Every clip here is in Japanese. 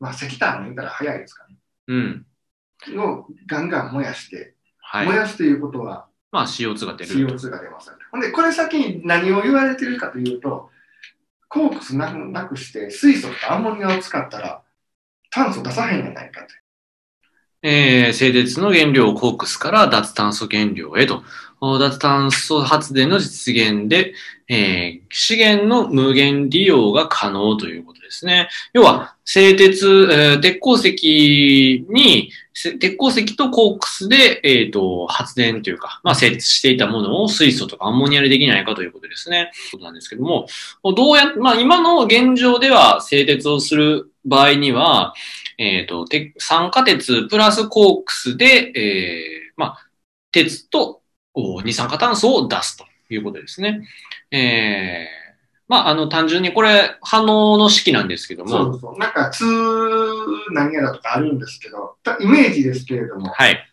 まあ、石炭言うたら早いですかうん。ね。をガンガン燃やして、はい。燃やすということはまあ CO2 が出ると。 CO2 が出ますよね。ほんで、これ先に何を言われてるかというと、コークスなくなくして水素とアンモニアを使ったら炭素出さへんやないかと。えー、製鉄の原料コークスから脱炭素原料へと。お脱炭素発電の実現で、えー資源の無限利用が可能ということですね。要は、製鉄、えー鉄鉱石に、せ鉄鉱石とコークスで、えっ、と、発電というか、まあ、製鉄していたものを水素とかアンモニアでできないかということですね。ことなんですけども、どうやっ、まあ、今の現状では製鉄をする場合には、えっ、と、て酸化鉄プラスコークスで、えーまあ、鉄とお二酸化炭素を出すということですね。えーまあ、あの、単純にこれ、反応の式なんですけどそも、うそう。なんか、通何やらとかあるんですけど、たイメージですけれども、はい。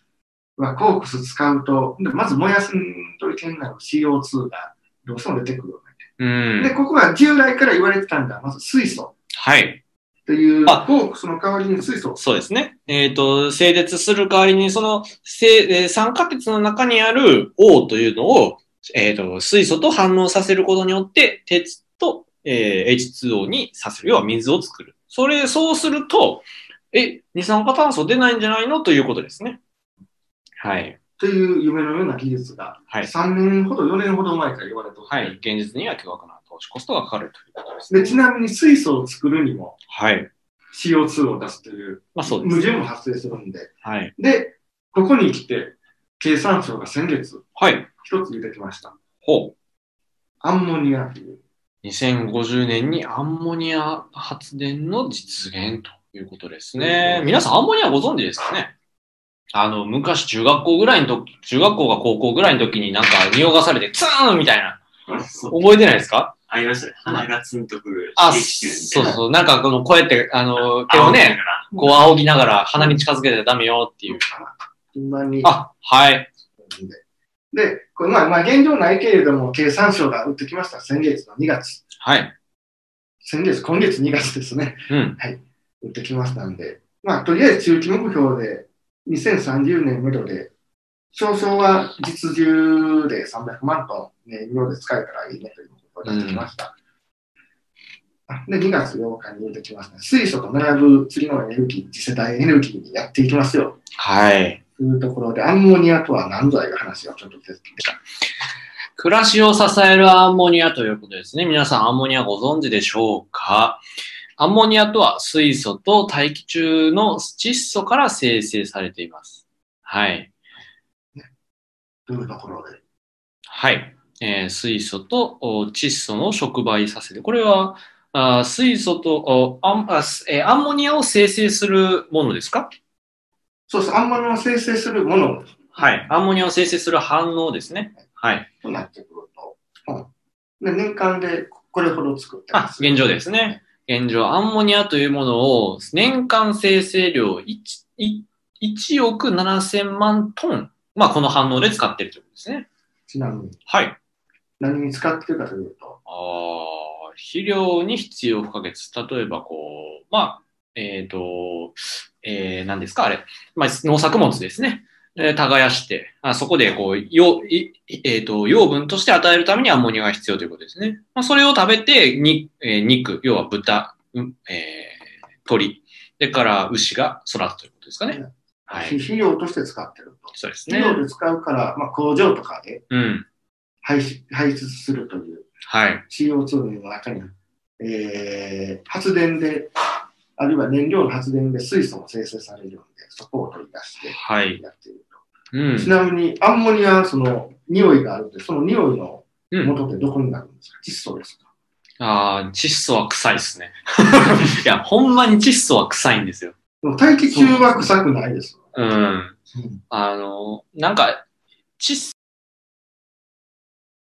まあ、コークス使うと、でまず燃やすといけないの CO2 がどうしても出てくるようね。で、ん。ここは従来から言われてたんだ。まず水素はい。という、コあークスの代わりに水素をそうですね。えっ、と、製鉄する代わりに、その、せえー酸化鉄の中にある O というのを、えっ、と、水素と反応させることによって、鉄と、えー H2O にさせる。要は水を作る。それ、そうすると、え、二酸化炭素出ないんじゃないのということですね。はい。という夢のような技術が、はい。 3年ほど、4年ほど前から言われておりはい。現実には巨額な投資コストがかかるということですね。で、ちなみに水素を作るにもはい。 CO2 を出すというまあそうで矛す。盾も発生するんで、はい。で、ここに来て、経産省が先月、はい。一つ出てきました。ほう。アンモニアという。 2050年にアンモニア発電の実現ということですね。皆さんアンモニアご存知ですかねあの、昔中学校ぐらいの時、中学校が高校ぐらいの時になんか匂がされてツーンみたいな。そう覚えてないですかありましたね。鼻がツンとくる。あ、刺激臭そみたいうなそう。なんかこのこうやって、あの、手あを青いのね、かなこう仰ぎながら鼻に近づけてダメよっていう。今に。あ、はい。で、これまあ、まあ、現状ないけれども、経産省が打ってきました。先月の2月。はい。先月、今月2月ですね。うん。打ってきましたんで。まあ、とりあえず中期目標で、2030年目処で、少々は実需で300万トン燃料で使えたらいいねということを出してきました。で、2月8日に出てきました。水素と並ぶ次のエネルギー、次世代エネルギーにやっていきますよ。はい。というところで、アンモニアとは何ぞやいう話がちょっと出てきました。暮らしを支えるアンモニアということですね。皆さんアンモニアご存知でしょうかアンモニアとは水素と大気中の窒素から生成されています。はい。というところで。はい。えー水素とお窒素の触媒させて、これはあー水素とおアンあすえーアンモニアを生成するものですかそうそう、アンモニアを生成するものはい。アンモニアを生成する反応ですね。はい。となってくると、うんで年間でこれほど作ってまあ、す。現状ですね。現状、アンモニアというものを年間生成量 1, 1億7000万トン、まあ、この反応で使っているということですね。ちなみに、はい。何に使ってるかというと、あー肥料に必要不可欠。例えば、こう、まあ、えっ、と、えー、何ですかあれ。まあ、農作物ですね。えー耕して、あそこで、こう、よいえーと、養分として与えるためにアンモニアが必要ということですね。まあ、それを食べて、にえー肉、要は豚、うんえー鳥、でから牛が育つということですかね。はい。肥料として使ってると。そうですね。肥料で使うから、まあ、工場とかでうん。排出排出するというはい。 CO2 の中に、えー発電で、あるいは燃料の発電で水素も生成されるんで、そこを取り出してはい。やっていると。うん。ちなみに、アンモニアはその匂いがあるんで、その匂いのうん元ってどこになるんですか、窒素ですかああ、窒素は臭いですね。 いや、ほんまに窒素は臭いんですよ。でも大気中は臭くないです。うん。うんあの、なんか、窒